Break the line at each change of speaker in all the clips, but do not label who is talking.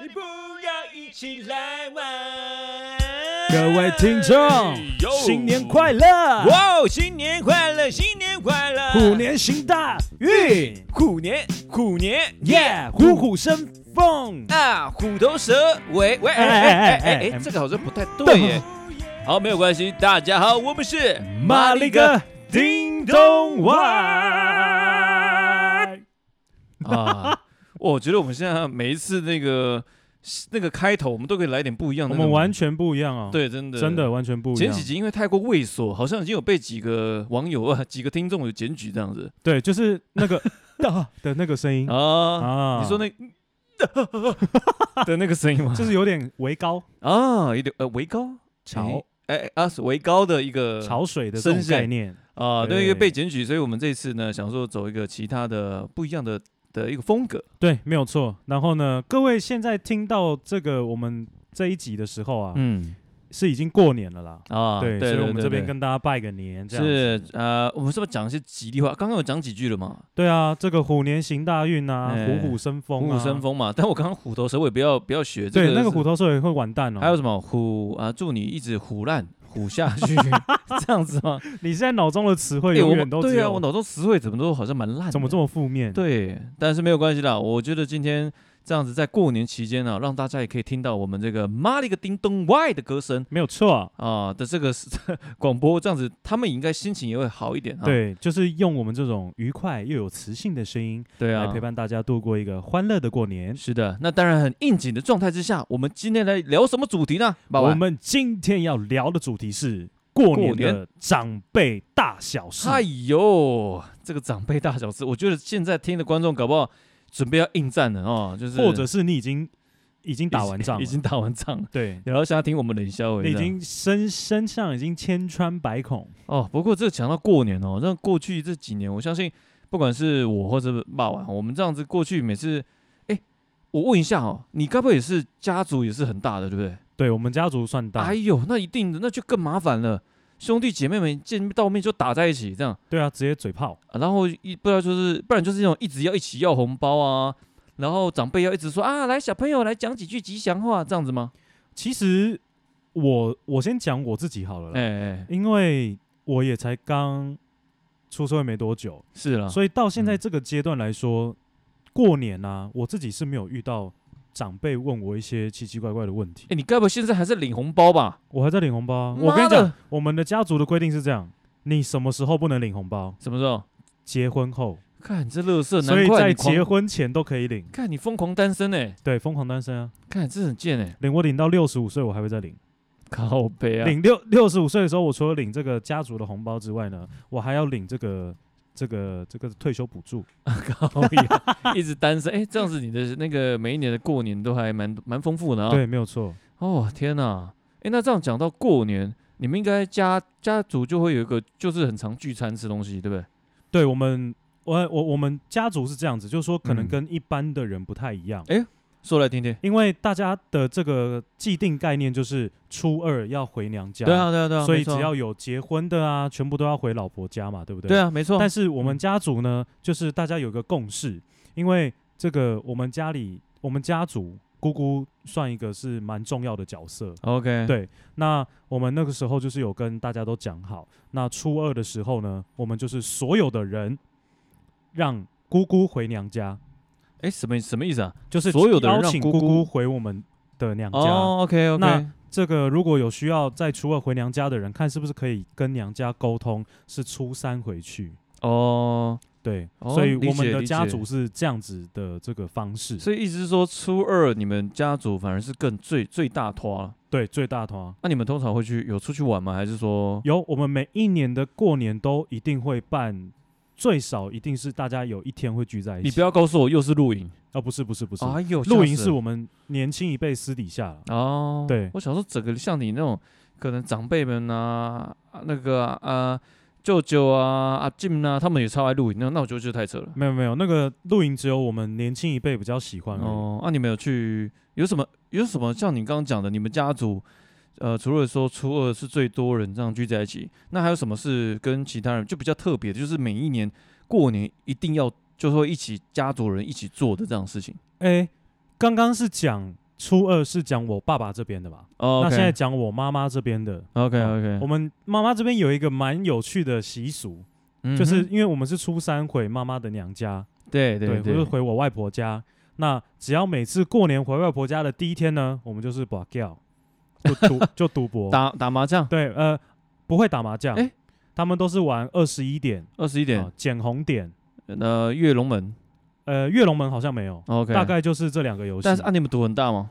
你不要一起来玩。
各位听众
哟，
新年快乐！
哇哦，新年快乐，新年快乐，
虎年行大运，
虎年虎年
耶！虎虎生风。
啊，虎头蛇尾喂，哎
哎
哎哎
哎
哎
哎
哎，
哎
这个好像不太对耶。好，没有关系，大家好，我们是
马里哥，叮咚外。
啊。我觉得我们现在每一次那个那个开头，我们都可以来点不一样
我
的。
们完全不一样哦，，
对，真的
真的完全不一
前
样
几。集因为太过猥琐，好像已经有被几个网友啊、 几个听众有检举这样子
对，就是 那个的的那个声音
啊。
啊，
你说那 的那个声音吗？
就是有点微高
啊，有点呃，微高
潮，
哎哎啊，是微高的一个
潮水的这种
呃声线
概念，
啊，对，
对
因为被检举，所以我们这次呢，想说走一个其他的不一样的的一个风格。
对，没有错。然后呢，各位现在听到这个我们这一集的时候啊，
嗯
是已经过年了啦。
啊，
对，
对，
所以我们
对
这边。
对
跟大家拜个年，这样子。
是呃，我们是不是讲一些吉利话？刚刚有讲几句了嘛，
对啊，这个虎年行大运啊，
哎
虎虎生
虎
风、啊，
虎生。风嘛。但我刚刚虎头蛇尾，不要不要学这
对，那
是
个虎头蛇也会完蛋哦。
还有什么虎啊？祝你一直虎烂虎下 去， 这样子吗？
你现在脑中的词汇
哎
永
我
远都只
对啊，
有、
我脑中词汇怎么都好像蛮烂的，
怎么这么负面？，
对？但是没有关系啦，我觉得今天这样子在过年期间啊，让大家也可以听到我们这个“妈了个叮咚 Y” 的歌声
没有错啊、
啊的这个 广播，这样子他们应该心情也会好一点啊。
对，就是用我们这种愉快又有磁性的声音
对
来
啊
陪。伴大家度过一个欢乐的过年。
是的，那当然很应景的状态之下，我们今天来聊什么主题呢？爸爸
我们今天要聊的主题是过
过
年的长辈大小事。
哎呦，这个长辈大小事，我觉得现在听的观众搞不好准备要应战了哦，就是
或者是你已经已经
已
打
经
完仗了，
已经打完仗了，
对，
然后现在听我们冷笑话，
你已
这样
经身身上已经千疮百孔，
哦。不过这讲到过年哦，那过去这几年，我相信不管是我或者爸爸，我们这样子过去每次，哎，我问一下哦，你该不会也是家族也是很大的，对不对？
对我们家族算大，
哎呦，那一定的，那就更麻烦了，兄弟姐妹们见到面就打在一起这样。
对啊，直接嘴炮，
啊然后一不知道就是，不然就是那种一直要一起要红包啊，然后长辈要一直说啊，来小朋友来讲几句吉祥话这样子吗？
其实我我先讲我自己好了啦，
哎哎，
因为我也才刚出社会没多久，
是啦，
所以到现在
嗯
这个阶段来说，过年啊，我自己是没有遇到长辈问我一些奇奇怪怪的问题
哎、。你该不会现在还在领红包吧？
我还在领红包啊、
妈
我跟你讲
的，
我们的家族的规定是这样：你什么时候不能领红包？
什么时候？
结婚后，
看你这乐色，
所
难
以
怪
在
你狂
结，婚前都可以领。
看你疯狂单身哎、
对，疯狂单身啊，
看这很贱哎、 欸，
领我领到六十五岁，我还会再领。
靠背啊！
领六六十五岁的时候，我除了领这个家族的红包之外呢，我还要领这个这个这个退休补 助。
靠呀，一直单身哎、这样子你的那个每一年的过年都还蛮蛮丰富的啊。
对，没有错。
哦，天哪！哎，那这样讲到过年，你们应该家家族就会有一个，就是很常聚餐吃东西，对不对？
对我们，我我我们家族是这样子，就是说可能
嗯
跟一般的人不太一样，
说来听听。
因为大家的这个既定概念就是初二要回娘家，
对啊，对啊，对啊，
所
没
以
错
只要有结婚的啊，全部都要回老婆家嘛，对不对？
对啊，没错。
但是我们家族呢，就是大家有个共识，因为这个我们家里，我们家族姑姑算一个是蛮重要的角色。
OK，
对那我们那个时候就是有跟大家都讲好，那初二的时候呢，我们就是所有的人让姑姑回娘家，
哎，什么什么意思啊？
就是
所有的人
邀
让
请
姑
姑
姑
姑回我们的娘家。
哦，OK
那
OK，
这个如果有需要在初二回娘家的人，看是不是可以跟娘家沟通，是初三回去。
哦，
对，
哦
所以
理
我们
解
的
理
家
解
族是这样子的这个方式，
所以意思是说初二你们家族反而是更最最大拖了。
对，最大团。
那你们通常会去有出去玩吗？还是说
有我们每一年的过年都一定会办，最少一定是大家有一天会聚在一起。
你不要告诉我又是露营？
哦，不是不是不是，
哎呦，
露
吓
营
死
是
了
我们年轻一辈私底下啦
哦，
对
我想说整个像你那种可能长辈们啊，啊那个啊、啊舅舅啊、阿进啊，他们也超爱露营，那那我就觉得太扯了。
没有没有，那个露营只有我们年轻一辈比较喜欢而已。
哦，那、你们有去有什么有什么像你刚刚讲的，你们家族呃，除了说初二是最多人这样聚在一起，那还有什么是跟其他人就比较特别的，就是每一年过年一定要就是会一起家族人一起做的这样的事情？
哎，刚刚是讲初二是讲我爸爸这边的嘛，
哦
那现在
，OK 嗯
讲我妈妈这边的。
OK
我
OK，
们妈妈这边有一个蛮有趣的习俗，
嗯
就是因为我们是初三回妈妈的娘家，
对对
我就回我外婆家。那只要每次过年回外婆家的第一天呢，我们就是把掉，就 赌就赌博，
打打麻将，
对，呃，不会打麻将，
诶
他们都是玩二十一点，
二十一点
啊，捡红点，
呃，跃龙门哦
呃，跃龙门好像没有，
，OK，
大，概就是这两个游戏
但是，啊，你们赌很大吗？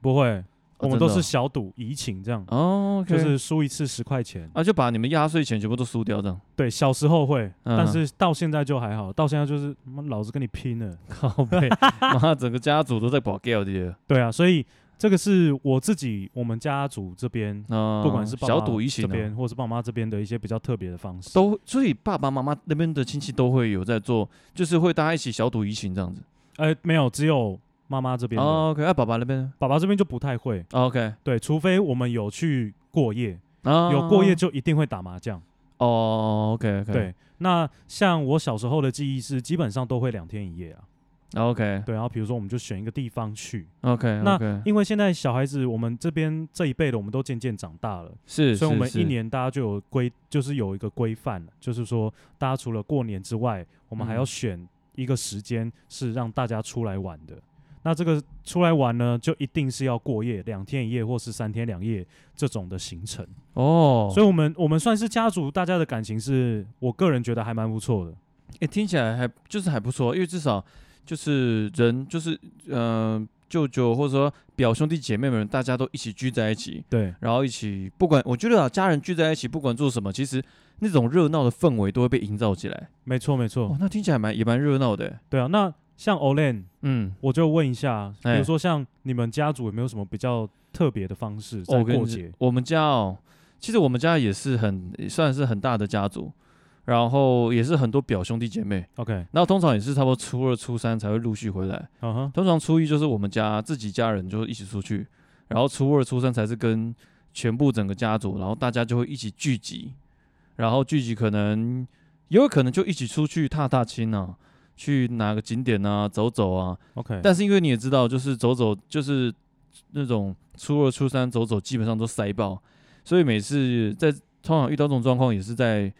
不会，
哦
我们都
真的
是小赌怡情这样，
哦，
就
OK
是输一次十块钱。
啊，就把你们压岁钱全部都输掉这 样，
对，小时候会，
嗯
但是到现在就还好，到现在就是妈老子跟你拼了。
靠背，妈，整个家族都在保 gay 的，
对啊，所以这个是我自己我们家族这边，
啊，
不管是爸爸
小赌怡
这
情啊，
边，或是爸妈这边的一些比较特别的方式。
都，所以爸爸妈妈那边的亲戚都会有在做，就是会大家一起小赌怡情这样子。
呃，没有，只有妈妈这边的，
哦，OK，啊，爸爸那边呢
爸爸这边就不太会。
哦，OK，
对，除非我们有去过夜，
啊，
有过夜就一定会打麻将。
哦，OK，OK，
对，那像我小时候的记忆是，基本上都会两天一夜啊。
，OK，OK，
对，然后比如说我们就选一个地方去，那
OK，
因为现在小孩子我们这边这一辈的，我们都渐渐长大了，
是，
所以我
是
们
是
一年大家就有规，就是有一个规范了，就是说大家除了过年之外，我们还要
嗯
选一个时间是让大家出来玩的。那这个出来玩呢，就一定是要过夜，两天一夜或是三天两夜这种的行程。
哦，
所以，我们我们算是家族，大家的感情是我个人觉得还蛮不错的。
哎、听起来还就是还不错，因为至少就是人就是呃舅舅或者说表兄弟姐妹们，大家都一起聚在一起，
对，
然后一起不管我觉得啊，家人聚在一起不管做什么，其实那种热闹的氛围都会被营造起来。
没错，没错
哦，，那听起来蛮也蛮热闹的欸。
对啊。那像 Olen，
嗯，
我就问一下，比
哎
如说像你们家族有没有什么比较特别的方式
哦
在
我跟
过
你
节
讲？我们家哦，其实我们家也是很也算是很大的家族，然后也是很多表兄弟姐妹，
OK，
然后通常也是差不多初二、初三才会陆续回来。
嗯哼，
通常初一就是我们家自己家人就一起出去，然后初二、初三才是跟全部整个家族，然后大家就会一起聚集，然后聚集可能也有可能就一起出去踏踏青啊，去哪个景点啊走走啊。
OK，
但是因为你也知道，就是走走就是那种初二、初三走走基本上都塞爆，所以每次在通常遇到这种状况也是在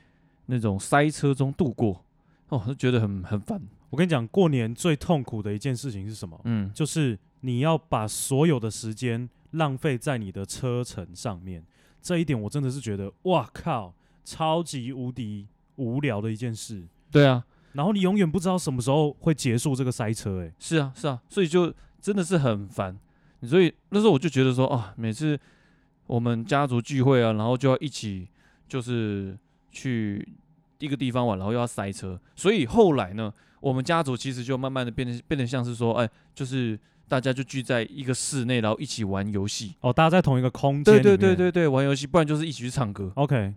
那种塞车中度过，哦，就觉得很很烦，
我跟你讲，过年最痛苦的一件事情是什么？
嗯。
就是你要把所有的时间浪费在你的车程上面。这一点我真的是觉得，哇靠，超级无敌无聊的一件事。
对啊，
然后你永远不知道什么时候会结束这个塞车、欸，
是啊，是啊，所以就真的是很烦。所以那时候我就觉得说啊，每次我们家族聚会啊，然后就要一起就是去一个地方玩，然后又要塞车。所以后来呢，我们家族其实就慢慢的变得变得像是说，哎，就是大家就聚在一个室内，然后一起玩游戏。
哦，大家在同一个空间里
对对
面。
对对对，玩游戏，不然就是一起去唱歌。
，OK。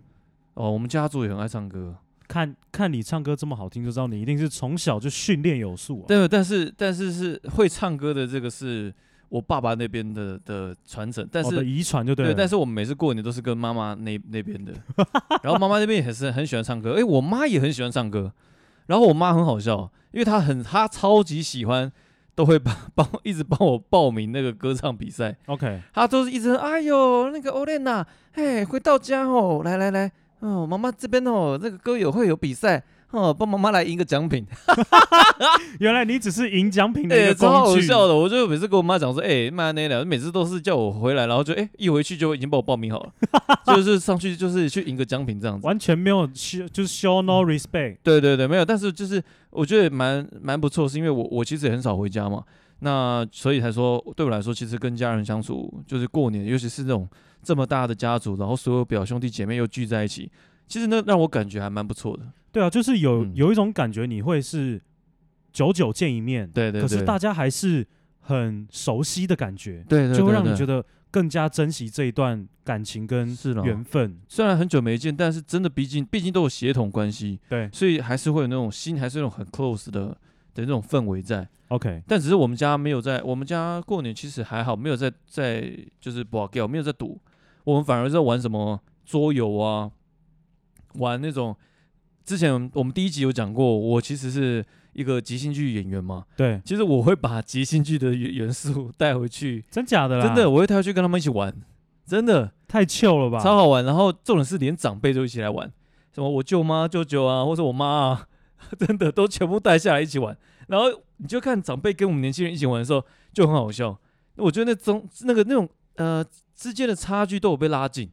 哦，我们家族也很爱唱歌。
看看你唱歌这么好听，就知道你一定是从小就训练有素、啊。
对，但是但是是会唱歌的这个是我爸爸那边的的传承，但
我
是
哦的遗传就对
哦对
了。
但
是
是我们每次过年都是跟妈妈那那边的，然后妈妈那边也是很喜欢唱歌，诶，我妈也很喜欢唱歌，然后我妈很好笑，因为她很她超级喜欢，都会帮 帮一直帮我报名那个歌唱比赛，
OK，
她都是一直哎呦那个欧莲娜，嘿，回到家哦，来来来，哦，妈妈这边哦，那个歌友会有比赛。哦，帮妈妈来赢个奖品，
原来你只是赢奖 品的一
哎、
个
超
工
好
具。
笑的。我就每次跟我妈讲说，哎、妈那俩，每次都是叫我回来，然后就哎、一回去就已经帮我报名好了， 就是上去就是去赢个奖品这样子。
完全没有 show，就是 show
嗯
no respect。
对对对，没有，但是就是我觉得蛮蛮不错，是因为我我其实也很少回家嘛，那所以才说对我来说，其实跟家人相处就是过年，尤其是这种这么大的家族，然后所有表兄弟姐妹又聚在一起，其实那让我感觉还蛮不错的。
对啊，就是有、
嗯
有一种感觉，你会是久久见一面，
对对对，
可是大家还是很熟悉的感觉，
对对对
就会让你觉
得
得更加珍惜这一段感情跟
是啊了。
缘分。
虽然很久没见，但是真的毕竟毕竟都有血统关系，
对
所以还是会有那种心还是有那种很 close 的的那种氛围在。
，OK，
但只是我们家没有在，我们家过年其实还好，没有在在就是不好 g 没有在赌，我们反而在玩什么桌游啊，玩那种之前我们第一集有讲过，我其实是一个即兴剧演员嘛，
对，
其实我会把即兴剧的元元素带回去，
真假的啦，
真的，我会带回去跟他们一起玩，真的，
太糗了吧？
超好玩。然后重点是连长辈都一起来玩，什么我舅妈、舅舅啊，或者我妈啊， 真的都全部带下来一起玩。然后你就看长辈跟我们年轻人一起玩的时候，就很好笑。我觉得那种那个那种呃之间的差距都有被拉近，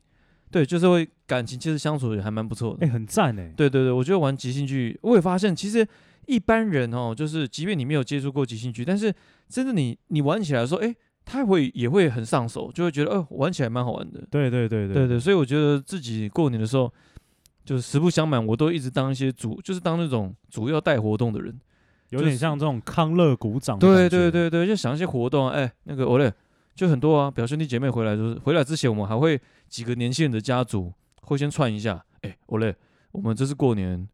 对，就是会感情其实相处也还蛮不错的。
哎、很赞哎、
对对对，我觉得玩即兴剧，我也发现其实一般人哦，就是即便你没有接触过即兴剧，但是真的你你玩起来说，哎，他会也会很上手，就会觉得哦、玩起来蛮好玩的。
对对对对
对对，所以我觉得自己过年的时候，就是实不相瞒，我都一直当一些主，就是当那种主要带活动的人。
有
就
点
是
像这种康乐鼓掌的感
对
觉。
对对对，就想一些活动啊，哎，那个我嘞，就很多啊，表兄弟姐妹回来就是回来之前，我们还会几个年轻人的家族会先串一下，哎，我嘞，我们这次过年，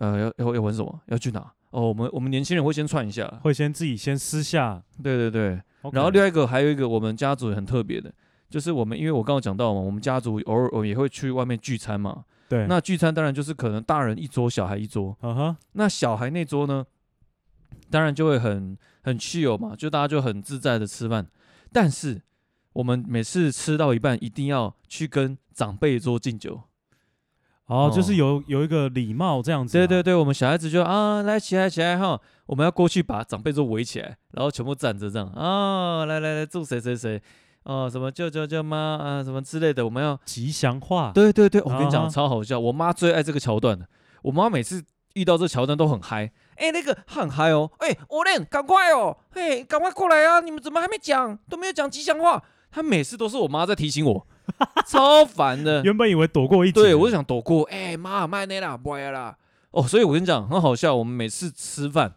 呃，要要要玩什么？要去哪？哦，我们我们年轻人会先串一下，
会先自己先私下，
对对对。
OK
然后另外一个还有一个我们家族也很特别的，就是我们因为我刚刚讲到嘛，我们家族偶尔偶尔也会去外面聚餐嘛，
对，
那聚餐当然就是可能大人一桌，小孩一桌。
嗯哼，
那小孩那桌呢，当然就会很很 chill 嘛，就大家就很自在的吃饭。但是我们每次吃到一半，一定要去跟长辈桌敬酒。
哦，就
哦
是有有一个礼貌这样子、
对
啊
对，对，我们小孩子就啊，来起来起来哈，我们要过去把长辈桌围起来，然后全部站着这样啊，来来来，祝谁谁谁，哦、什么舅舅舅妈啊，什么之类的，我们要
吉祥话。
对对对，我跟你
啊哈
讲超好笑，我妈最爱这个桥段的。我妈每次遇到这桥段都很嗨，哎，那个她很嗨哦，哎，我练，赶快哦，嘿，赶快过来啊！你们怎么还没讲？都没有讲吉祥话。她每次都是我妈在提醒 我，超烦的。
原本以为躲过一劫，
对，我就想躲过。哎、妈，卖那啦，不要啦。哦，所以我跟你讲，很好笑。我们每次吃饭，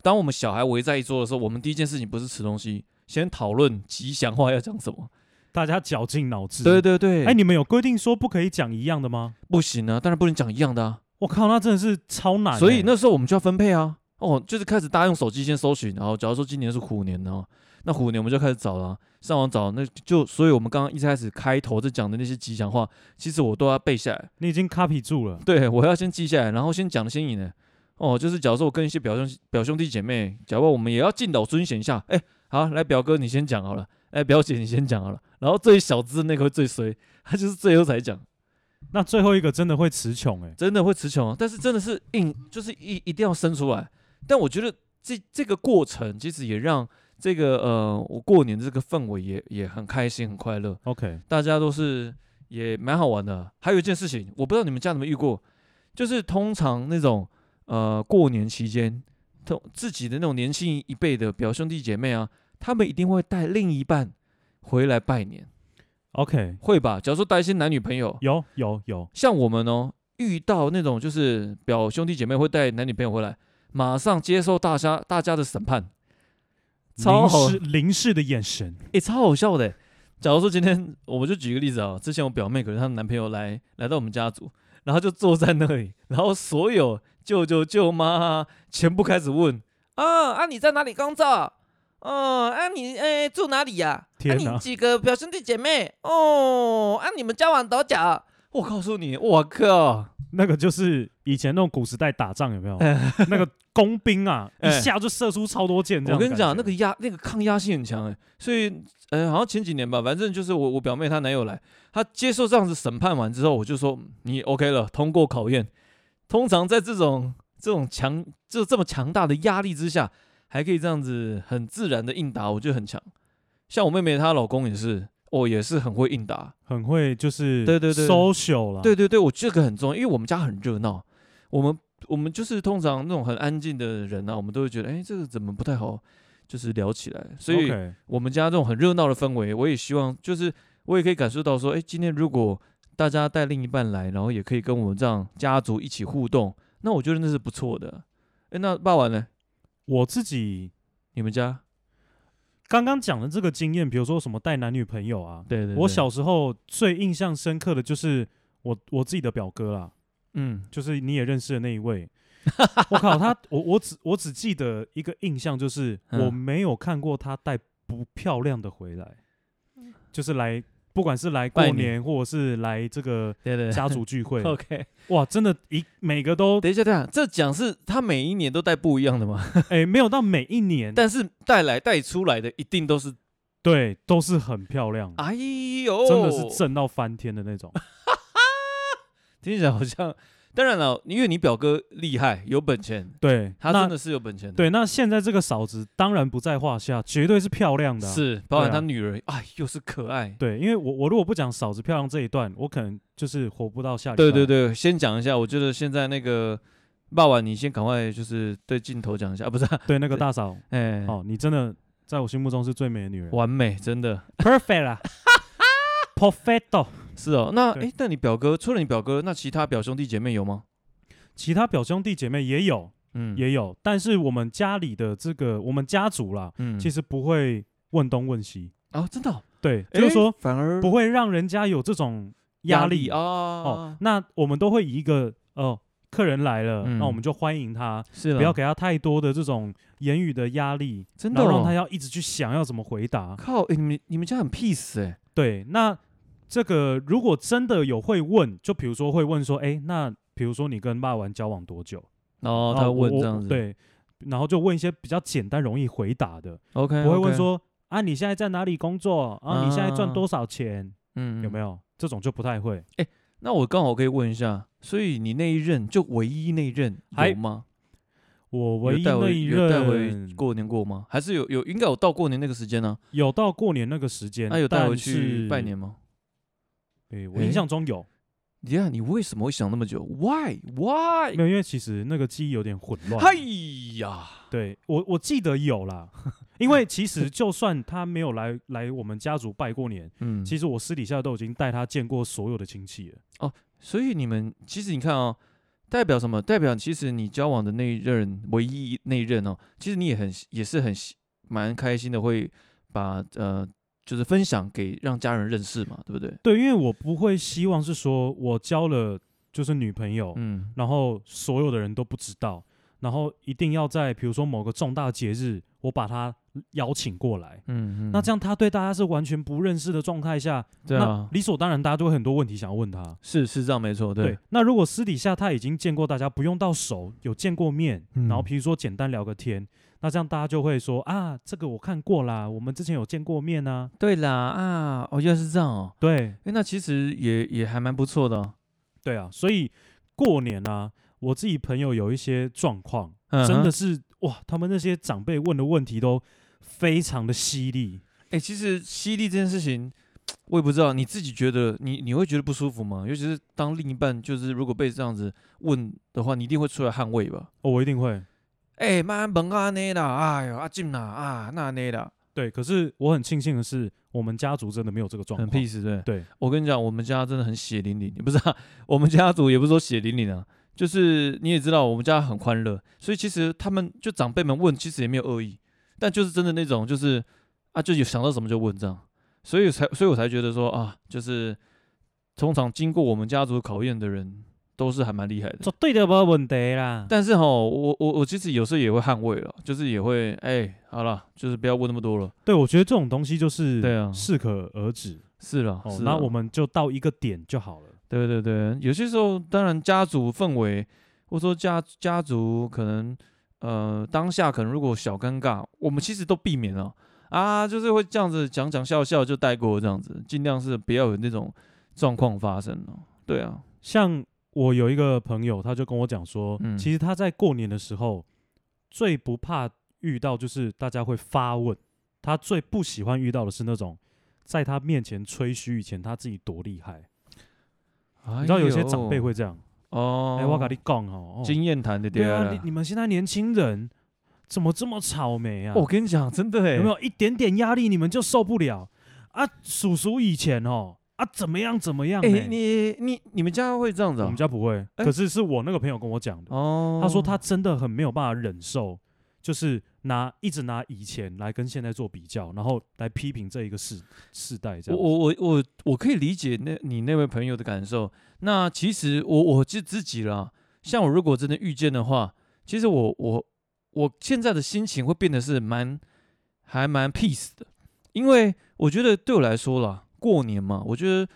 当我们小孩围在一桌的时候，我们第一件事情不是吃东西，先讨论吉祥话要讲什么。
大家绞尽脑汁。
对对对，
哎、你们有规定说不可以讲一样的吗？
不行啊，当然不能讲一样的啊。
我靠，那真的是超难欸、
所以那时候我们就要分配啊。哦，就是开始大家用手机先搜寻，然后假如说今年是虎年的话，那虎年我们就开始找了啊、上网找，那就所以我们刚刚一开始开头在讲的那些吉祥话，其实我都要背下来，
你已经 copy 住了。
对我要先记下来，然后先讲先赢呢。哦，就是假如说我跟一些表兄表兄弟姐妹，假如我们也要尽早尊贤一下，哎，好，来表哥你先讲好了，哎，表姐你先讲好了，然后最小资那个会最衰，他就是最后才讲，
那最后一个真的会词穷哎、
真的会词穷，但是真的是硬，就是一一定要生出来。但我觉得这这个过程其实也让这个呃，我过年这个氛围也也很开心，很快乐，
OK，
大家都是也蛮好玩的。还有一件事情，我不知道你们家有没有遇过，就是通常那种呃过年期间，同自己的那种年轻一辈的表兄弟姐妹啊，他们一定会带另一半回来拜年，
OK，
会吧？假如说带一些男女朋友，
有有有，
像我们哦，遇到那种就是表兄弟姐妹会带男女朋友回来，马上接受大家大家的审判，超
凝
好，
视凝视的眼神，
诶，超好笑的诶。假如说今天，我们就举一个例子啊，之前我表妹可能她的男朋友来来到我们家族，然后就坐在那里，然后所有舅舅舅妈啊全部开始问啊啊你在哪里工作？哦啊你诶、住哪里呀、啊？
天哪
你几个表兄弟姐妹？哦啊你们交往多久？我告诉你，我靠！
那个就是以前那种古时代打仗有没有？那个工兵啊，一
哎
下就射出超多箭这
我
样
跟
的感
你
觉。
讲，那个压那个抗压性很强哎、所以呃，好像前几年吧，反正就是我我表妹她男友来，她接受这样子审判完之后，我就说嗯你 OK 了，通过考验。通常在这种这种强就这么强大的压力之下，还可以这样子很自然的应答，我觉得很强。像我妹妹她老公也是，哦，也是很会应答。
很会就是
对对对
social 啦，
对对对，我这个很重要，因为我们家很热闹，我们我们就是通常那种很安静的人啊，我们都会觉得，哎，这个怎么不太好，就是聊起来。所以
OK，
我们家这种很热闹的氛围，我也希望就是我也可以感受到说，哎，今天如果大家带另一半来，然后也可以跟我们这样家族一起互动，那我觉得那是不错的。哎，那爸完呢？
我自己
你们家？
刚刚讲的这个经验，比如说什么带男女朋友啊，
对对
我小时候最印象深刻的就是我我自己的表哥啦，
嗯，
就是你也认识的那 一位。我靠，他我我只我只记得一个印象，就是
嗯
我没有看过他带不漂亮的回来，就是来不管是来过
拜
年
年
或者是来这个
对 对对
家族聚会，
OK，
哇，真的一每个都
等一下，等一下，这奖是他每一年都带不一样的 吗？
哎、没有到每一年，
但是带来带出来的一定都是，
对，都是很漂亮，
哎呦，
真的是正到翻天的那
哦
种。
听起来好像。当然了，因为你表哥厉害，有本钱，
对，
他
那
真的是有本钱的。
对，那现在这个嫂子当然不在话下，绝对是漂亮的啊、
是，包含
对啊
他女儿，哎，又是可爱。
对，因为我我如果不讲嫂子漂亮这一段，我可能就是活不到下礼拜。
对对对，先讲一下，我觉得现在那个爸爸，你先赶快就是对镜头讲一下，啊、不是啊、
对，那个大嫂，
哎、
哦，你真的在我心目中是最美的女人
完美，真的
，perfect 啦，perfecto。
是哦。那
对
哎，那你表哥除了你表哥，那其他表兄弟姐妹有吗？
其他表兄弟姐妹也有，
嗯，
也有，但是我们家里的这个我们家族啦，
嗯，
其
实
实不会问东问西，
哦，真的哦、
对，
诶
就是说
反而
不会让人家有这种压力
啊。
哦
哦，，
那我们都会以一个哦，客人来了，
嗯
那我们就欢迎他，
是
不要
啦
给他太多的这种言语的压力，
真的、
然后让他
哦。
要一直去想要怎么回答。
靠，诶你们你们家很 peace 哎、
对，那这个如果真的有会问，就比如说会问说，哎，那比如说你跟爸玩交往多久？
然后哦
然
他
后
问
哦我
这样子，
对，然后就问一些比较简单容易回答的，
嗯，OK，
不会问，说啊你现在在哪里工作啊你现在赚
啊
多少钱
嗯，
有没
有？
有？这种就不太会。
那我刚好可以问一下，所以你那一任就唯一那一任
还
有吗？
我
有
唯一
带
那
回
一
有带回
任
过年过吗？还是有有应该有到过年那个时间呢、
有到过年那个时间，
啊那有带
但
回去
是
拜年。吗？
对，我印象中有，
你看你为什么会想那么久？Why why？
没有，因为其实那个记忆有点混乱。
嗨哎呀，
对我我记得有啦， 因为其实就算他没有来来我们家族拜过年，
嗯，
其实我私底下都已经带他见过所有的亲戚了。
所以你们其实你看哦，代表什么？代表其实你交往的那一任唯一那一任哦，其实你也很也是很喜蛮开心的，会把呃就是分享给让家人认识嘛，对不对？
对，因为我不会希望是说我交了就是女朋友，
嗯，
然后所有的人都不知道，然后一定要在比如说某个重大节日，我把他邀请过来。
嗯嗯
那这样他对大家是完全不认识的状态下，
对
那
啊，
理所当然大家就会很多问题想要问他。
是是这样没错，对，
那如果私底下他已经见过大家，不用到手，有见过面，
嗯
然后比如说简单聊个天，那这样大家就会说啊，这个我看过啦，我们之前有见过面啊。
对啦啊，哦，原来是这样哦。
对
哎、那其实也也还蛮不错的、哦，
对啊，所以过年啊，我自己朋友有一些状况，
嗯
真的
哼。
是哇，他们那些长辈问的问题都非常的犀利。
哎、其实吸力这件事情，我也不知道，你自己觉得你你会觉得不舒服吗？尤其是当另一半就是如果被这样子问的话，你一定会出来捍卫吧？
哦，我一定会。
哎、妈甭啊那啦，哎呦阿进啦啊那那啦，
对，可是我很庆幸的是，我们家族真的没有这个状
很
况。
peace 对。
对，
我跟你讲，我们家真的很血淋淋，不是、啊、我们家族也不是说血淋淋啊，就是你也知道，我们家很欢乐，所以其实他们就长辈们问，其实也没有恶意，但就是真的那种就是啊，就有想到什么就问这样，所以才所以我才觉得说啊，就是通常经过我们家族考验的人，都是还蛮厉害的。
绝对的没问题啦。
但是哈，我我我其实有时候也会捍卫了，就是也会哎、好了，就是不要问那么多了。
对，我觉得这种东西就是
对啊
适可而止。
是了，
哦，
是
那
啦
我们就到一个点就好了。
对对对，有些时候当然家族氛围，或者说家家族可能呃当下可能如果小尴尬，我们其实都避免了啊，就是会这样子讲讲笑笑就带过这样子，尽量是不要有那种状况发生哦。对啊，
像我有一个朋友，他就跟我讲说，
嗯
其实他在过年的时候最不怕遇到就是大家会发问，他最不喜欢遇到的是那种在他面前吹嘘以前他自己多厉害。
你
你知道有些长辈会这样，
哎哦
哎、，我跟你讲哦，哦
经验谈的
对
对
啊，
啊
你，你们现在年轻人怎么这么草莓啊？
我跟你讲，真的哎，
有没有一点点压力你们就受不了啊？叔叔以前哦啊怎么样怎么样、呢？欸
哎，你你你们家会这样子啊？
我们家不会，
哎
可是是我那个朋友跟我讲的。
哦，
他说他真的很没有办法忍受，就是拿一直拿以前来跟现在做比较，然后来批评这一个世世代
我
这样。
我我我我可以理解那你那位朋友的感受。那其实我我是自己啦，像我如果真的遇见的话，其实我我我现在的心情会变得是蛮还蛮 peace 的，因为我觉得对我来说啦，过年嘛，我觉得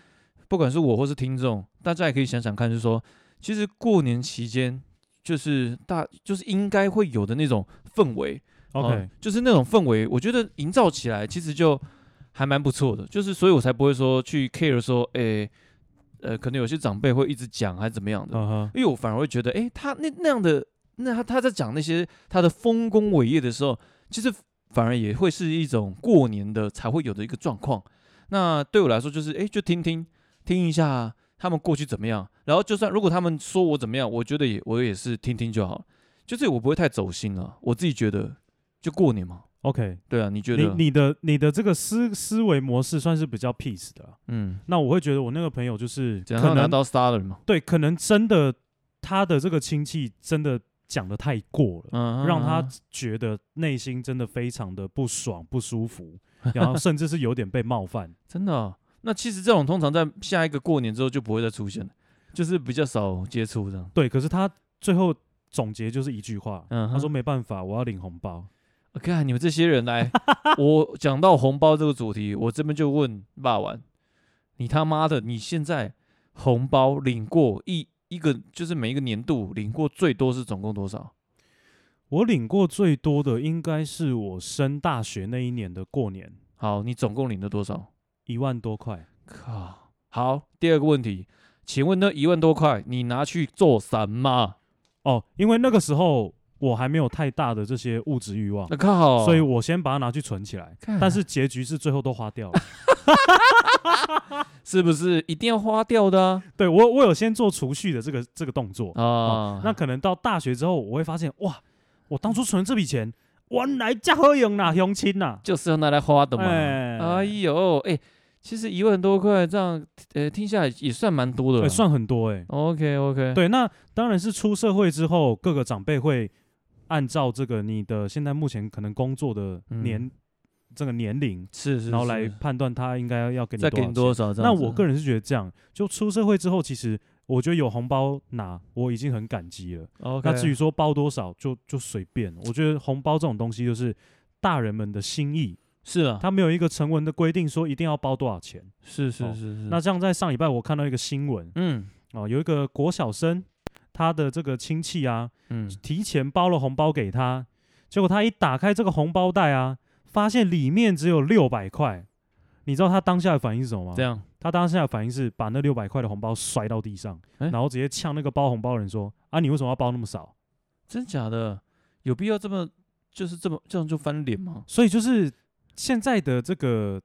不管是我或是听众，大家也可以想想看，就是说，其实过年期间就是大就是应该会有的那种氛围，
OK，
嗯就是那种氛围，我觉得营造起来其实就还蛮不错的，就是所以我才不会说去 care 说，诶、呃，可能有些长辈会一直讲还是怎么样的，
嗯哼，
因为我反而会觉得，诶，他那那样的，那他他在讲那些他的丰功伟业的时候，其实反而也会是一种过年的才会有的一个状况。那对我来说，就是诶，就听听听一下他们过去怎么样，然后就算如果他们说我怎么样，我觉得也我也是听听就好，就是我不会太走心了。我自己觉得，就过年嘛，
OK，
对啊，你觉
你
得？
你的你的这个思思维模式算是比较 peace 的啊、
嗯，
那我会觉得我那个朋友就是
怎样他
可
拿
能
到 star 了嘛？
对，可能真的他的这个亲戚真的讲的太过了，
嗯，
让他
嗯
觉得内心真的非常的不爽不舒服，然后甚至是有点被冒犯。
真的哦、那其实这种通常在下一个过年之后就不会再出现了，就是比较少接触这样。
对，可是他最后总结就是一句话，
嗯哼，
他说没办法，我要领红包。
我看、你们这些人 来，我讲到红包这个主题，我这边就问霸王，你他妈的，你现在红包领过一一个，就是每一个年度领过最多是总共多少？
我领过最多的应该是我升大学那一年的过年，
好，你总共领了多少？
一万多块。
靠！好，第二个问题，请问那一万多块你拿去做什么？
哦，因为那个时候我还没有太大的这些物质欲望，
那、靠！
所以我先把它拿去存起来。
干
但是结局是最后都花掉了。
是不是一定要花掉的啊？
对我，我有先做储蓄的这个这个动作。
啊
那可能到大学之后，我会发现，哇，我当初存这笔钱，原来加好用啦，相亲呐。
就是要拿来花的嘛。
哎
哎呦，哎、其实一万多块这样，呃，听下来也算蛮多的了。
对，算很多哎、欸。
OK OK。
对，那当然是出社会之后，各个长辈会按照这个你的现在目前可能工作的
嗯
年、这个年龄，
是是，
然后来
是
判断他应该要给你
再
多
给
少
你
钱
多少这
那
样子？啊
我个人是觉得这样，就出社会之后，其实我觉得有红包拿，我已经很感激了。
OK，
那至于说包多少，就就随便。我觉得红包这种东西就是大人们的心意，
是啊，
他没有一个成文的规定说一定要包多少钱。
是是
哦
是是。
那这样在上礼拜我看到一个新闻
嗯
啊、有一个国小生，他的这个亲戚啊，
嗯，
提前包了红包给他，结果他一打开这个红包袋啊，发现里面只有六百块。你知道他当下的反应是什么吗？
这样
他当下的反应是把那六百块的红包摔到地上，
欸
然后直接呛那个包红包的人说：“啊，你为什么要包那么少
真假的，有必要这么就是这么这样就翻脸吗？”？
所以就是现在的这个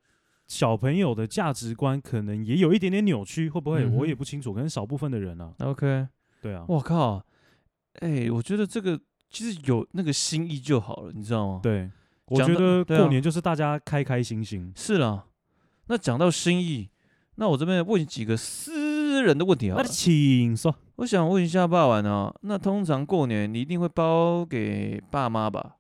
小朋友的价值观可能也有一点点扭曲，会不会？
嗯哼
我也不清楚，可能少部分的人啊，
OK，
对啊，
我靠，哎、我觉得这个其实有那个心意就好了，你知道吗？
对，我
讲
觉
到
得
对啊
过年就是大家开开心心。
是啦，那讲到心意，那我这边问几个私人的问题好
那
了。
请说，
我想问一下爸玩啊，那通常过年你一定会包给爸妈吧？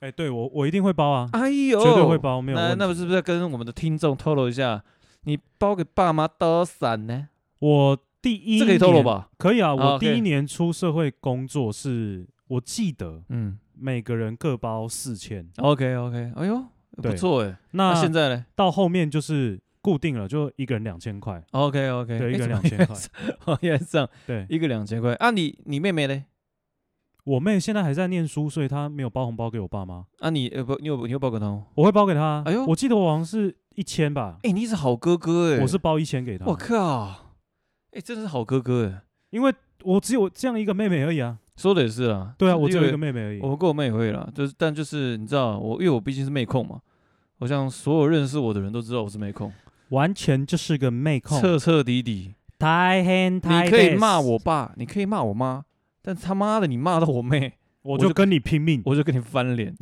哎、对我我一定会包啊，
哎 呦，
绝对会。包，没有
那
问
那
题。
是不是要跟我们的听众透露一下，你包给爸妈多少呢？
我第一
这可以透露
年？
吧？
可以啊，
啊
我
，OK
第一年出社会工作是，我记得
嗯
每个人各包四千。
，OK OK，哎呦，不
对
错哎。那
那
现在呢
到后面就是固定了，就一个人两千块，
？OK OK，
对，一个人两千 块。
块，原来是这样，
对
一个两千块。啊，你你妹妹嘞？
我妹现在还在念书，所以她没有包红包给我爸妈，
啊你，呃不，你有你有包给她吗？
我会包给她。
哎呦
我记得我好像是一千吧，
哎，你是好哥哥哎，
我是包一千给她
我，靠，哎，真的是好哥哥哎。
因为我只有这样一个妹妹而已啊。
说的也是啦，
对啊，
因
我只有
为
一个妹妹而已。
我跟我妹也会啦，就是但就是你知道我，因为我毕竟是妹控嘛，我想所有认识我的人都知道我是妹控，
完全就是个妹控，
彻彻底底。
太黑太
你可以骂，我爸，你可以骂我妈，但他妈的你骂到我妹，
我
我
就
就
跟你拼命，
我就跟你翻脸。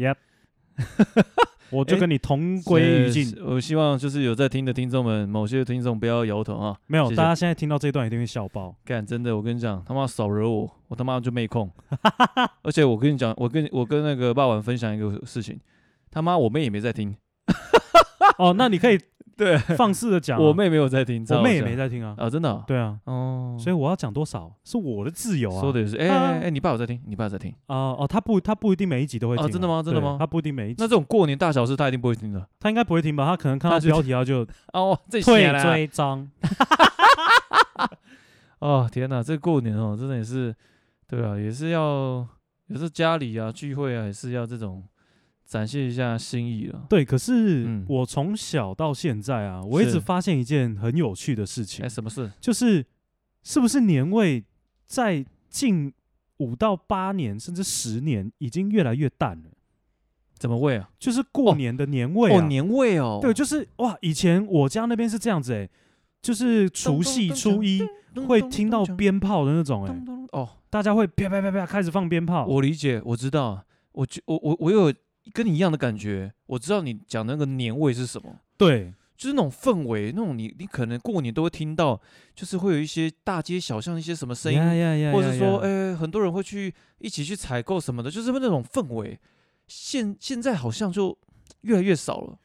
我就
哎
跟你同归于尽。
是我希望就是有在听的听众们，某些听众不要摇头啊！
没有，
谢谢
大家现在听到这段一定会笑爆。
干，真的，我跟你讲，他妈少惹我，我他妈就妹 控。而且我跟你讲，我跟我跟那个爸爸分享一个事情，他妈我妹也没在听，
哦，那你可以
对，
放肆的讲啊、
我妹没有在听，
我妹也没
在
在听啊，
啊，真的啊
对啊，
哦，
所以我要讲多少是我的自由啊。
说的也是，哎
啊
哎哎，你爸有在听，你爸有在听。
啊哦，他不他不一定每一集都会
啊
听啊、
真的吗真的
对
吗
他不一定每一集
那，这种过年大小事，他一定不会听的。
他应该不会听吧？他可能看
他
到
就
标题他就
哦，这
退
些啦
追章，
哦，天哪，这过年哦，真的也是，对啊，也是要，也是家里啊聚会啊，也是要这种展现一下心意了。
对，可是
嗯
我从小到现在啊，我一
是
直发现一件很有趣的事情
哎，，什么事？
就是是不是年味在近五到八年甚至十年已经越来越淡了？
怎么喂啊？
就是过
哦
年的年味、啊
哦，年味哦，
对，就是哇，以前我家那边是这样子哎、就是除夕初一会听到鞭炮的那种哎、
咚咚咚哦，
大家会啪啪啪啪开始放鞭炮。
我理解，我知道，我觉我我我有跟你一样的感觉，我知道你讲的那个年味是什么。
对
就是那种氛围，那种你你可能过年都会听到，就是会有一些大街小巷一些什么声音
呀呀呀，
或者说，
哎，
哎、很多人会去一起去采购什么的，就是那种氛围。现现在好像就越来越少了。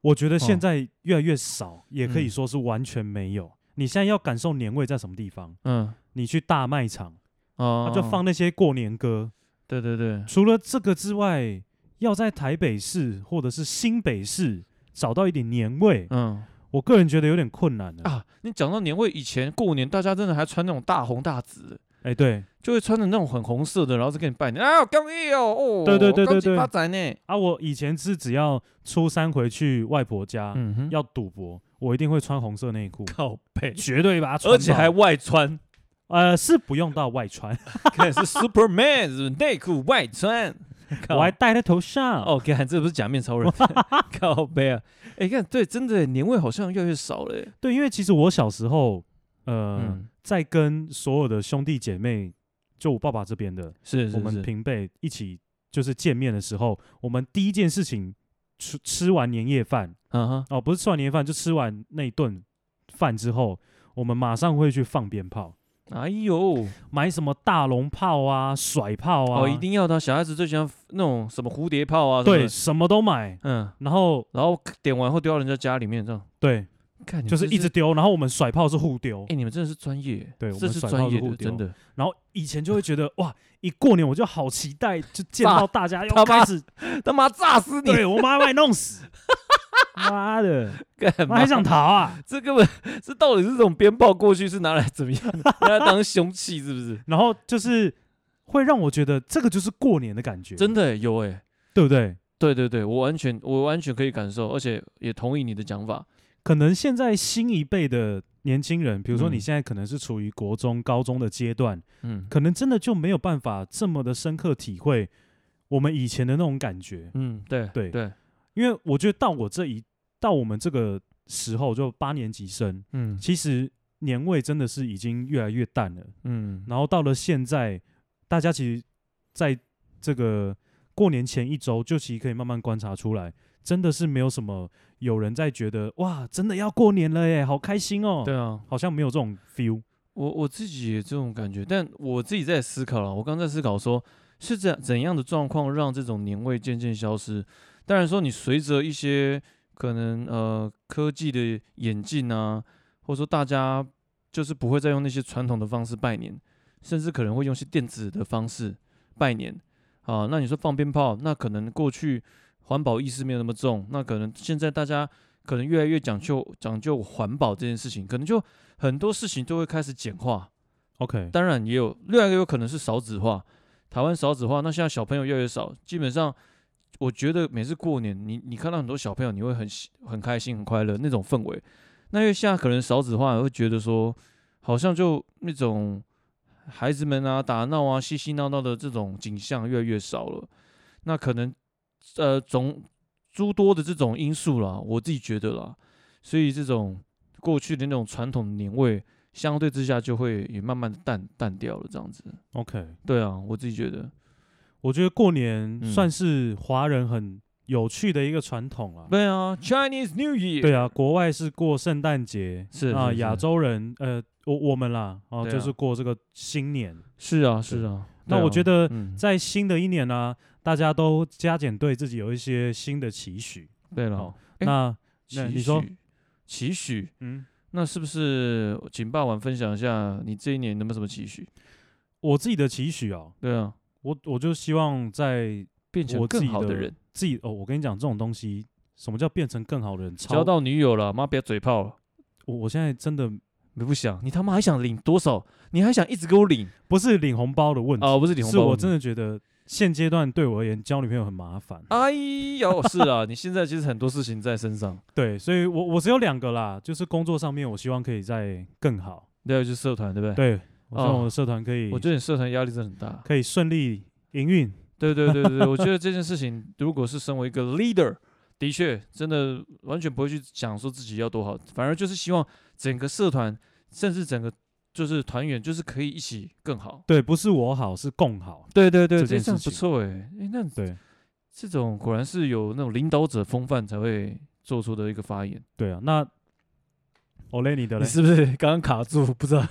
我觉得
哦
现在越来越少，也可以
嗯
说是完全没有。你现在要感受年味在什么地方？
嗯，
你去大卖场，
哦
他啊就放，那些过年歌。
对对对，
除了这个之外，要在台北市或者是新北市找到一点年味，
嗯
我个人觉得有点困难了。
啊，你讲到年味，以前过年大家真的还穿那种大红大紫，
哎，对，
就会穿着那种很红色的，然后再给你拜年啊，恭喜哦，哦，
对对对
恭
对
喜
对
发财呢。
啊，我以前是只要初三回去外婆家、
嗯哼，
啊要赌博，我一定会穿红色内裤，
靠背，
绝对把它穿
而且
爆
还外穿，
呃是不用到外穿，
看是 Superman 是不是内裤外穿，
我还戴在头上。
哦，看这不是假面超人， 靠背啊！哎、看对，真的耶年味好像越来越少了耶。
对，因为其实我小时候，呃，
嗯，
在跟所有的兄弟姐妹，就我爸爸这边的，
是
我们
平
平辈一起就是见面的时候，我们第一件事情吃吃完年夜饭
啊哈，
哦，不是吃完年夜饭，就吃完那一顿饭之后，我们马上会去放鞭炮。
哎呦，
买什么大龙炮啊、甩炮啊，
哦，一定要的啊，小孩子最喜欢那种什么蝴蝶炮啊，
对，
什么的，
什么都买。
嗯，
然后
然后点完后丢到人家家里面这样，
对，
看
就是一直，丢，然后我们甩炮是互丢
哎、。你们真的是专业耶，
对我
这
们
是
甩
专
炮
业
是
的，
互丢
真的，
然后以前就会觉得哇，一过年我就好期待，就见
炸
到大家
他
要
妈
开始，
他妈炸死你！
对我妈把你 弄死，妈的，
干
妈
嘛
还？想逃啊？
这根本这到底是这种鞭炮过去是拿来怎么样？ 拿来当凶器是不是？
然后就是会让我觉得这个就是过年的感觉，
真的耶有哎、
对不对？
对对对，我完全我完全可以感受，而且也同意你的讲法。
可能现在新一辈的年轻人，比如说你
嗯
现在可能是处于国中、高中的阶段，
嗯
可能真的就没有办法这么的深刻体会我们以前的那种感觉，
嗯，对
对
对，
因为我觉得到我这一到我们这个时候，就八年级生，
嗯
其实年味真的是已经越来越淡了。
嗯，
然后到了现在，大家其实在这个过年前一周，就其实可以慢慢观察出来，真的是没有什么有人在觉得哇，真的要过年了耶，好开心哦，
对啊，
好像没有这种 feel。
我我自己也这种感觉，但我自己在思考了，我刚在思考说是怎怎样的状况让这种年味渐渐消失。当然说你随着一些可能呃科技的演进啊，或者说大家就是不会再用那些传统的方式拜年，甚至可能会用一些电子的方式拜年啊。那你说放鞭炮，那可能过去环保意识没有那么重，那可能现在大家可能越来越讲究讲究环保这件事情，可能就很多事情都会开始简化，
OK，
当然也有另外一个有可能是少子化，台湾少子化，那现在小朋友越来越少，基本上我觉得每次过年，你你看到很多小朋友，你会很喜很开心很快乐那种氛围，那因为现在可能少子化，会觉得说好像就那种孩子们啊打闹啊嬉嬉闹闹的这种景象越来越少了，那可能呃总诸多的这种因素啦，我自己觉得啦，所以这种过去的那种传统的年味。相对之下就会也慢慢的淡淡掉了，这样子。
OK，
对啊，我自己觉得，
我觉得过年
嗯
算是华人很有趣的一个传统了。
对啊，Chinese New Year，
对啊，国外是过圣诞节，
是
啊，
是
亚
是
洲人呃，我我们啦，哦、
对啊
就是过这个新年。
是啊，是啊。
那
对啊
我觉得
嗯，
在新的一年呢、大家都加减对自己有一些新的期许。
对了
哦，
诶
那
期
那你说
许期许。
嗯，
那是不是请霸王分享一下你这一年有没有什么期许？
我自己的期许哦，
对啊，
我我就希望在
变成
我自
更
己
好的人，
自己哦，我跟你讲，这种东西，什么叫变成更好的人？超
交到女友了，妈不要嘴炮了。
我我现在真的
你不想，你他妈还想领多少？你还想一直给我领
不是领红包的问题，
啊？不是领红
是
包问题，
我真的觉得现阶段对我而言交女朋友很麻烦。
哎呦，是啊，你现在其实很多事情在身上，
对，所以我我只有两个啦，就是工作上面，我希望可以再更好。
对，啊就是社团，对不对？
对，我希
哦
望我的社团可以，
我觉得你社团压力真的很大。
可以顺利营运。
对对对对对，我觉得这件事情，如果是身为一个 leader，的确真的完全不会去想说自己要多好，反而就是希望整个社团，甚至整个就是团员，就是可以一起更好。
对，不是我好，是共好。
对对对，
这
这
件
这样
事
不
情
错哎、哎，那
对
这种果然是有那种领导者风范才会做出的一个发言。
对啊，那我累你的
你
嘞。
是不是 刚刚卡住？不知道，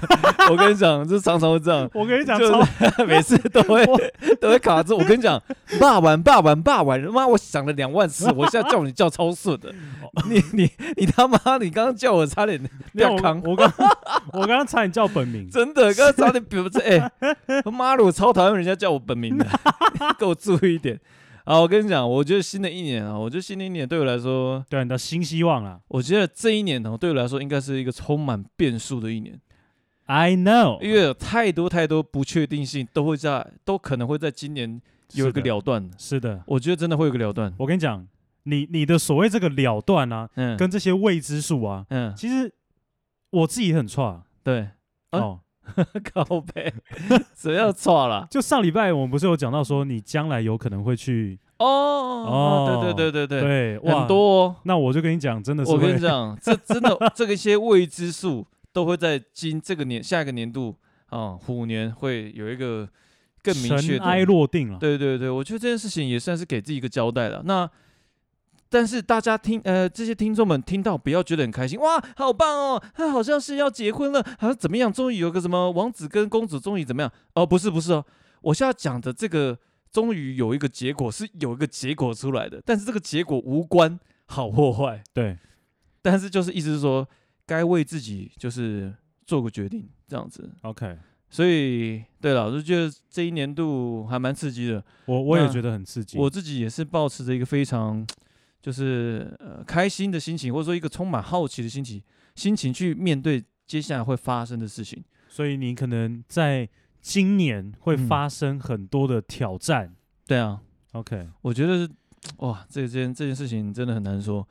我跟你讲，这常常会这样，
我跟你讲，
就
超
是每次都会都会卡住。我跟你 讲，霸玩霸玩霸玩，妈，我想了两万次，我现在叫你叫超顺的，
哦
你你你他妈，你刚刚叫我差点，
没有我
不要扛
我刚我刚刚差点叫 本名，
真的，刚刚差点表这， 哎、妈的，我超讨厌人家叫我本名的， 给我注意一点。啊，我跟你讲，我觉得新的一年啊，我觉得新的一年对我来说，
对啊，你的新希望啦。
我觉得这一年哦呢、对我来说应该是一个充满变数的一年。
I know，
因为有太多太多不确定性都会在，都可能会在今年有一个
是的
了断。
是的，
我觉得真的会有一个了断。
我跟你讲，你你的所谓这个了断啊，
嗯，
跟这些未知数啊，
嗯
其实我自己也很差
对， 啊
哦。
靠 背，只要错了。
就上礼拜我们不是有讲到说，你将来有可能会去
哦哦，对对对对
对
对，
哇
很。多、哦。
那我就跟你讲，真的是
我跟你
会
讲，这真的这个一些未知数都会在今这个年下一个年度啊、虎年会有一个更明确
尘
的
埃落定了。
对对对，我觉得这件事情也算是给自己一个交代了。那但是大家听呃，这些听众们听到不要觉得很开心，哇，好棒哦，他好像是要结婚了，好像怎么样，终于有个什么王子跟公主终于怎么样？哦，不是不是哦，我现在讲的这个终于有一个结果，是有一个结果出来的，但是这个结果无关好或坏，
对
但是就是意思是说，该为自己就是做个决定这样子。
，OK，
所以对了，我就觉得这一年度还蛮刺激的。
我我也
那
觉得很刺激。
我自己也是保持着一个非常就是呃开心的心情，或者说一个充满好奇的心情，心情去面对接下来会发生的事情。
所以你可能在今年会
嗯
发生很多的挑战。
对啊，
OK，
我觉得哇，这件这件事情真的很难说。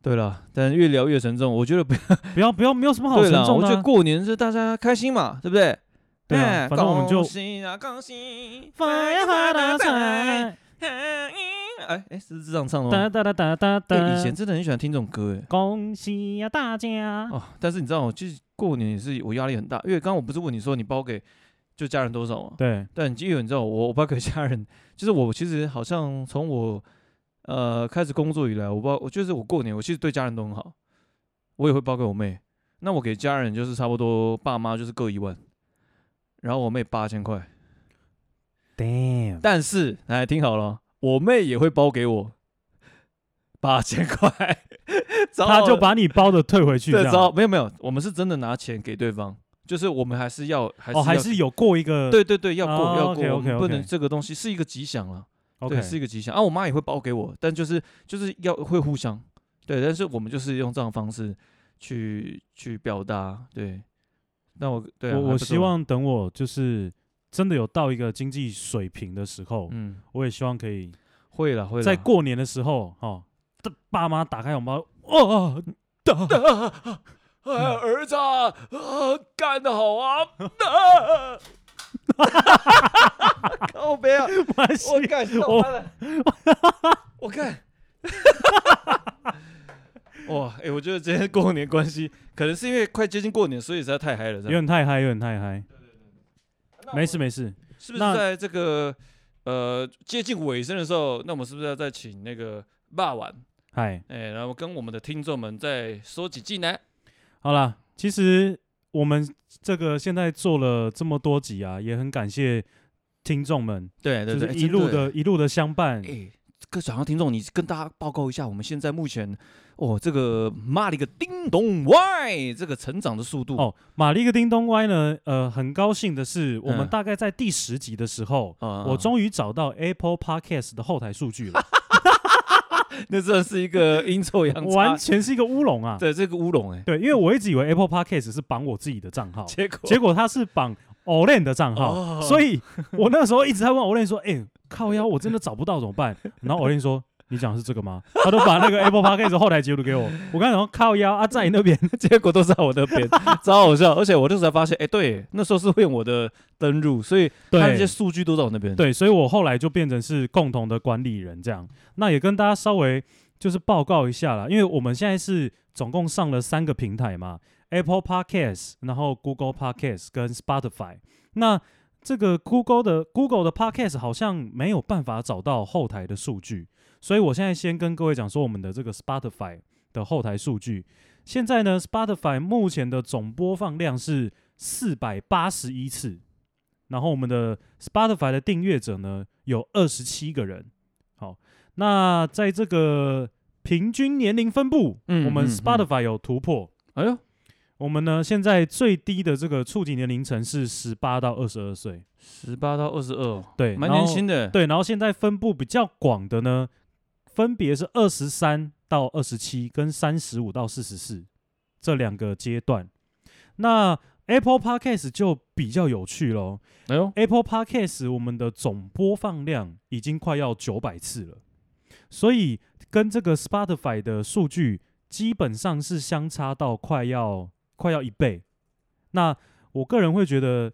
对了，但越聊越沉重，我觉得不要
不要不要，没有什么好
对
沉
了，
重
我
的
觉
啊、
得过年是大家开心嘛，对不对？
对啊
哎
反正我们就
恭喜啊，恭喜发呀发大财！
哒
哎哎，是这样唱的吗？
哒哒哒哒
哎
哒，
以前真的很喜欢听这种歌，哎，
恭喜呀大家！
哦，但是你知道，我就是过年也是我压力很大，因为刚刚我不是问你说你包给就家人多少吗？
对，
但因为你知道我我包给家人，就是我其实好像从我呃开始工作以来，我包我就是我过年我其实对家人都很好，我也会包给我妹。那我给家人就是差不多爸妈就是各一万，然后我妹八千块。
Damn，
但是来听好了，哦我妹也会包给我八千块， 然
他
后
就把你包的退回去，这
对，
样
只要没有没有，我们是真的拿钱给对方，就是我们还是要还是
哦，
要
还是有过一个
对对对要过、
哦
要过
OK，OK，
我们不能
OK
这个东西是一个吉祥了
，OK，
对，是一个吉祥啊。我妈也会包给我，但就是就是要会互相对，但是我们就是用这样的方式去去表达对。那我对啊、
我
还
我
不错
希望等我就是真的有到一个经济水平的时候，
嗯
我也希望可以
会了会了，
在过年的时候，哦，的爸妈打开红包，哦，
啊啊啊啊儿子啊，啊干得好 啊！啊靠背啊！
马来西
我干，
我
我了，我干， 哇，哎、我觉得今天过年关系，可能是因为快接近过年，所以实在太嗨了，这
有
样
点太嗨，有点太嗨，没事没事，
是不是
那
在这个呃接近尾声的时候，那我们是不是要再请那个霸王，
嗨，
哎、然后跟我们的听众们再说几句呢？
好啦，其实我们这个现在做了这么多集啊，也很感谢听众们，
对
就是一路的一路的相伴
哎、，各想要听众，你跟大家报告一下，我们现在目前哦，这个骂了一个叮咚 Y，这个成长的速度
哦，玛丽个叮咚歪呢，呃，很高兴的是，我们
嗯
大概在第十集的时候，
啊
我终于找到 Apple Podcast 的后台数 据了，
那真的是一 个阴错阳
完
差，
全是一个乌龙啊！
对这个乌龙哎，
对，因为我一直以为 Apple Podcast 是绑我自己的账号，
结果
结果它是绑 Olen 的账号，
哦
所以我那时候一直在问 Olen 说：“哎、靠腰，我真的找不到怎么办？”然后 Olen 说。你讲的是这个吗？他都把那个 Apple Podcast 的后台截图给我，我刚才想说靠腰啊，在你那边
结果都在我那边，超好笑。而且我那时候才发现，哎、对，那时候是会用我的登入，所以他那些
对
数据都在我那边。，
对，所以我后来就变成是共同的管理人这样。那也跟大家稍微就是报告一下啦，因为我们现在是总共上了三个平台嘛，Apple Podcast，然后 Google Podcast 跟 Spotify。那这个 Google 的 Google 的 Podcast 好像没有办法找到后台的数据，所以我现在先跟各位讲说我们的这个 Spotify 的后台数据。现在呢，Spotify 目前的总播放量是四百八十一次，然后我们的 Spotify 的订阅者呢有二十七个人。好，那在这个平均年龄分布，
嗯
我们
嗯嗯
Spotify 有突破。
哎呦，
我们呢，现在最低的这个触及年龄层是十八到二十二岁，
十八到二十二，
对，
蛮年轻
的。
的。，
对，然后现在分布比较广的呢，分别是二十三到二十七跟三十五到四十四这两个阶段。那 Apple Podcast 就比较有趣喽。
哎呦，
Apple Podcast 我们的总播放量已经快要九百次了，所以跟这个 Spotify 的数据基本上是相差到快要快要一倍。那我个人会觉得，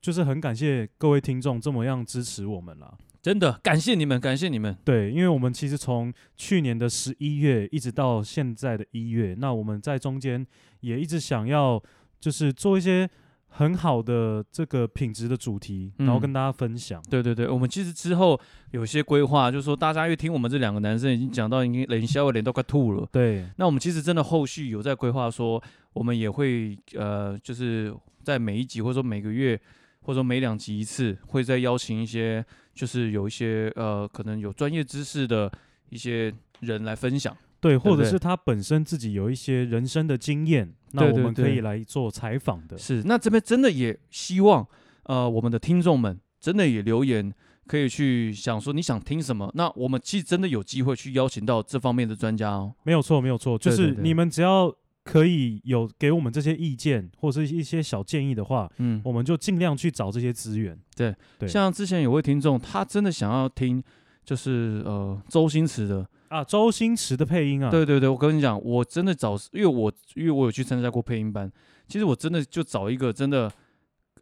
就是很感谢各位听众这么样支持我们啦。
真的感谢你们，感谢你们。
对，因为我们其实从去年的十一月一直到现在的一月，那我们在中间也一直想要就是做一些很好的这个品质的主题，然后
嗯
跟大家分享。
对对对，我们其实之后有些规划，就是说大家越听我们这两个男生已经讲到，已经冷笑脸都快吐了。
对，
那我们其实真的后续有在规划说，我们也会呃，就是在每一集或者说每个月或者说每两集一次，会再邀请一些就是有一些呃可能有专业知识的一些人来分享。
对，
对
或
不
者
对
是他本身自己有一些人生的经验，那
对
我
对
们可
对
以来做采访的。
是，那这边真的也希望呃我们的听众们真的也留言。可以去想说你想听什么，那我们其实真的有机会去邀请到这方面的专家哦。
没有错，没有错，就
对对
是
对
你们只要可以有给我们这些意见或是一些小建议的话，
嗯，
我们就尽量去找这些资源。哦对
像之前有位听众，他真的想要听，就是呃周星驰的，
啊，周星驰的配音啊，
对对对，我跟你讲，我真的找，因为我因为我有去参加过配音班，其实我真的就找一个真的，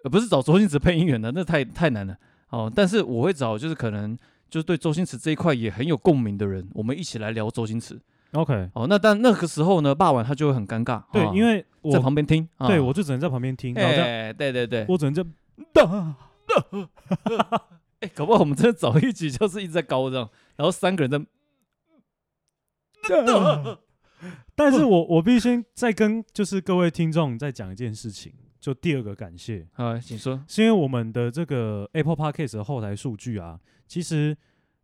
呃，不是找周星驰配音员的，那太太难了哦。但是我会找就是可能就是对周星驰这一块也很有共鸣的人，我们一起来聊周星驰。
，OK，
哦，那但那个时候呢，霸王他就会很尴尬，
对，
哦
因为
在
我
旁边听，啊
对我就只能在旁边听，然后这样
哎，对对对，
我只能这样
哎，搞不好我们真的找一集就是一直在高这样，然后三个人在。
但是我我必须先再跟就是各位听众再讲一件事情，就第二个感谢，
好，啊请说。
是因为我们的这个 Apple Podcast 的后台数据啊，其实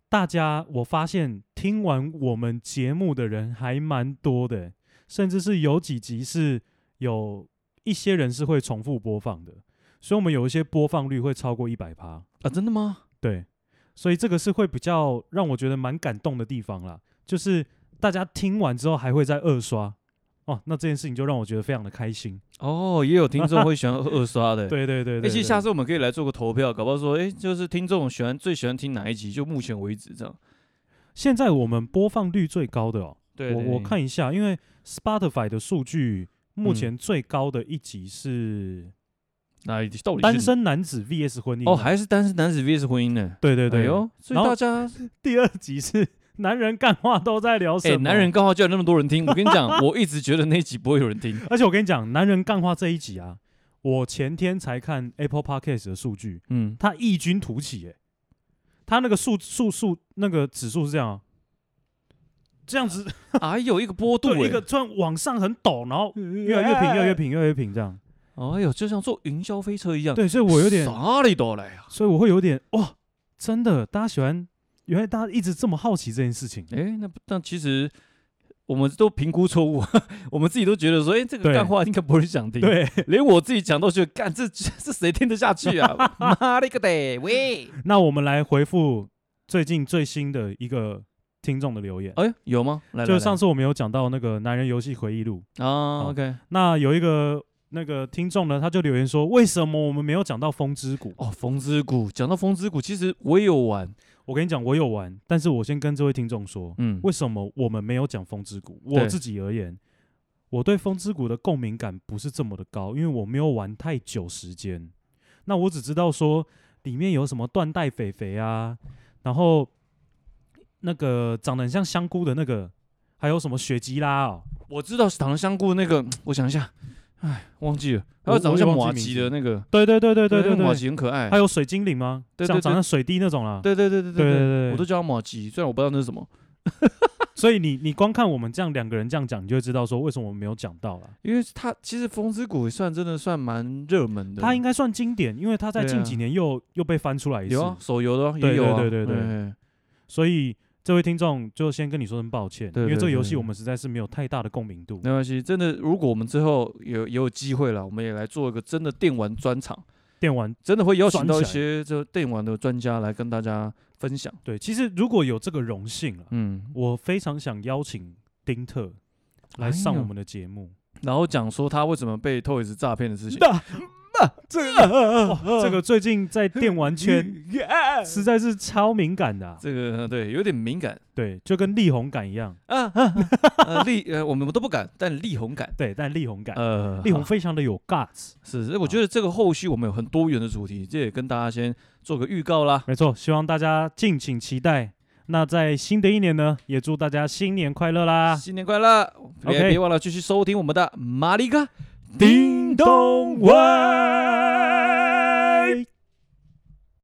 大家我发现听完我们节目的人还蛮多的欸，甚至是有几集是有一些人是会重复播放的，所以我们有一些播放率会超过一百趴，
啊，真的吗？
对，所以这个是会比较让我觉得蛮感动的地方啦，就是大家听完之后还会再二刷。哦，那这件事情就让我觉得非常的开心。
哦，也有听众会喜欢二刷 的。
对对对
哎、
对
其
对
实下次我们可以来做个投票，搞不好说，哎、就是听众喜欢最喜欢听哪一集，就目前为止这样。
现在我们播放率最高的哦，
对
我我看一下，因为 Spotify 的数据目
嗯
前最高的一集是
哪一集到底是
单身男子 VS 婚姻
哦，
嘛
还是单身男子 vs 婚姻呢？
对对对，
哎呦，所以
然后
大家
第二集是 男人干话都在聊
哎、
什么？
男人，刚好就有那么多人听，我跟你讲，我一直觉得那一集不会有人 听。
而且我跟你讲，男人干话这一集啊，我前天才看 Apple Podcast 的数据，
嗯，
它异军突起哎、它那个数数数那个指数是这样、啊，这样子
哎呦，一个波度、
对
哎
一个突然往上很陡，然后
越
越来越平，越来越。平，越来越平这样。
哎呦，就像坐云霄飞车一样。，
对，所以我有点
啥里都来啊。
所以我会有点哇，真的，大家喜欢原来大家一直这么好奇这件事情。
哎、那不但其实我们都评估错误， 我们自己都觉得说，哎、这个
对
干话应该不会想听，，
对，
连我自己讲都觉得，干这 这这谁听得下去 啊？妈了个得喂！
那我们来回复最近最新的一个听众的留言，
哎、有吗？来来
就
来
是上次哦我们有讲到那个《男人游戏回忆录》，
啊
好
，OK，
那有一个那个听众呢，他就留言说，为什么我们没有讲到《风之谷》？
哦，风之谷，讲到风之谷，其实我也有玩，
我跟你讲，我有玩，但是我先跟这位听众说，
嗯，
为什么我们没有讲《风之谷》？
对
我自己而言，我对《风之谷》的共鸣感不是这么的高，因为我没有玩太久时间。那我只知道说里面有什么缎带肥肥啊，然后那个长得很像香菇的那个，还有什么雪吉拉哦，
我知道是糖香菇那个，我想一下，哎，忘记了，还有
我
长得
我也
像
忘
马
记名
吉
字
的那个，
对对对对对
那
对
个马
对，
吉很可爱
还，有水精灵吗？
对对
长
对
长像水滴那种啊啦。
对对对对
对
对
对对
我都叫它马吉，虽然我不知道那是什么，
所以你你光看我们这样两个人这样讲，你就会知道说为什么我们没有讲到了。
因为它其实风之谷算真的算蛮热门的，
它应该算经典，因为它在
对啊
近几年又、又被翻出来一次。
有啊，手游的啊也
对
有啊，
对对对对
哎
所以这位听众就先跟你说声抱歉，
对
因为这
对
个游
对
戏我们实在是没有太大的共鸣度。
没关系，真的，如果我们之后有也有机会了，我们也来做一个真的电玩专场，
电玩
真的会邀请
专
到一
起来
些这电玩的专家来跟大家分享。
对，其实如果有这个荣幸了，
嗯，
我非常想邀请丁特来上我们的节目。
然后讲说他为什么被 Toys 诈骗的事情。
那
这个
哇 这个最近在电玩圈实在是超敏感的啊、
这个呃对有点敏感
对，就跟力宏感一样，
啊，啊啊呃力呃我们都不敢，但力宏敢。
对，但力宏感，
呃，
力宏啊
好
非常的有 guts。
是，是我觉得这个后续我们有很多元的主题，这也跟大家先做个预告啦。
没错，希望大家敬请期待。那在新的一年呢，也祝大家新年快乐啦！
新年快乐！别
OK
别忘了继续收听我们的马里哥
叮咚外。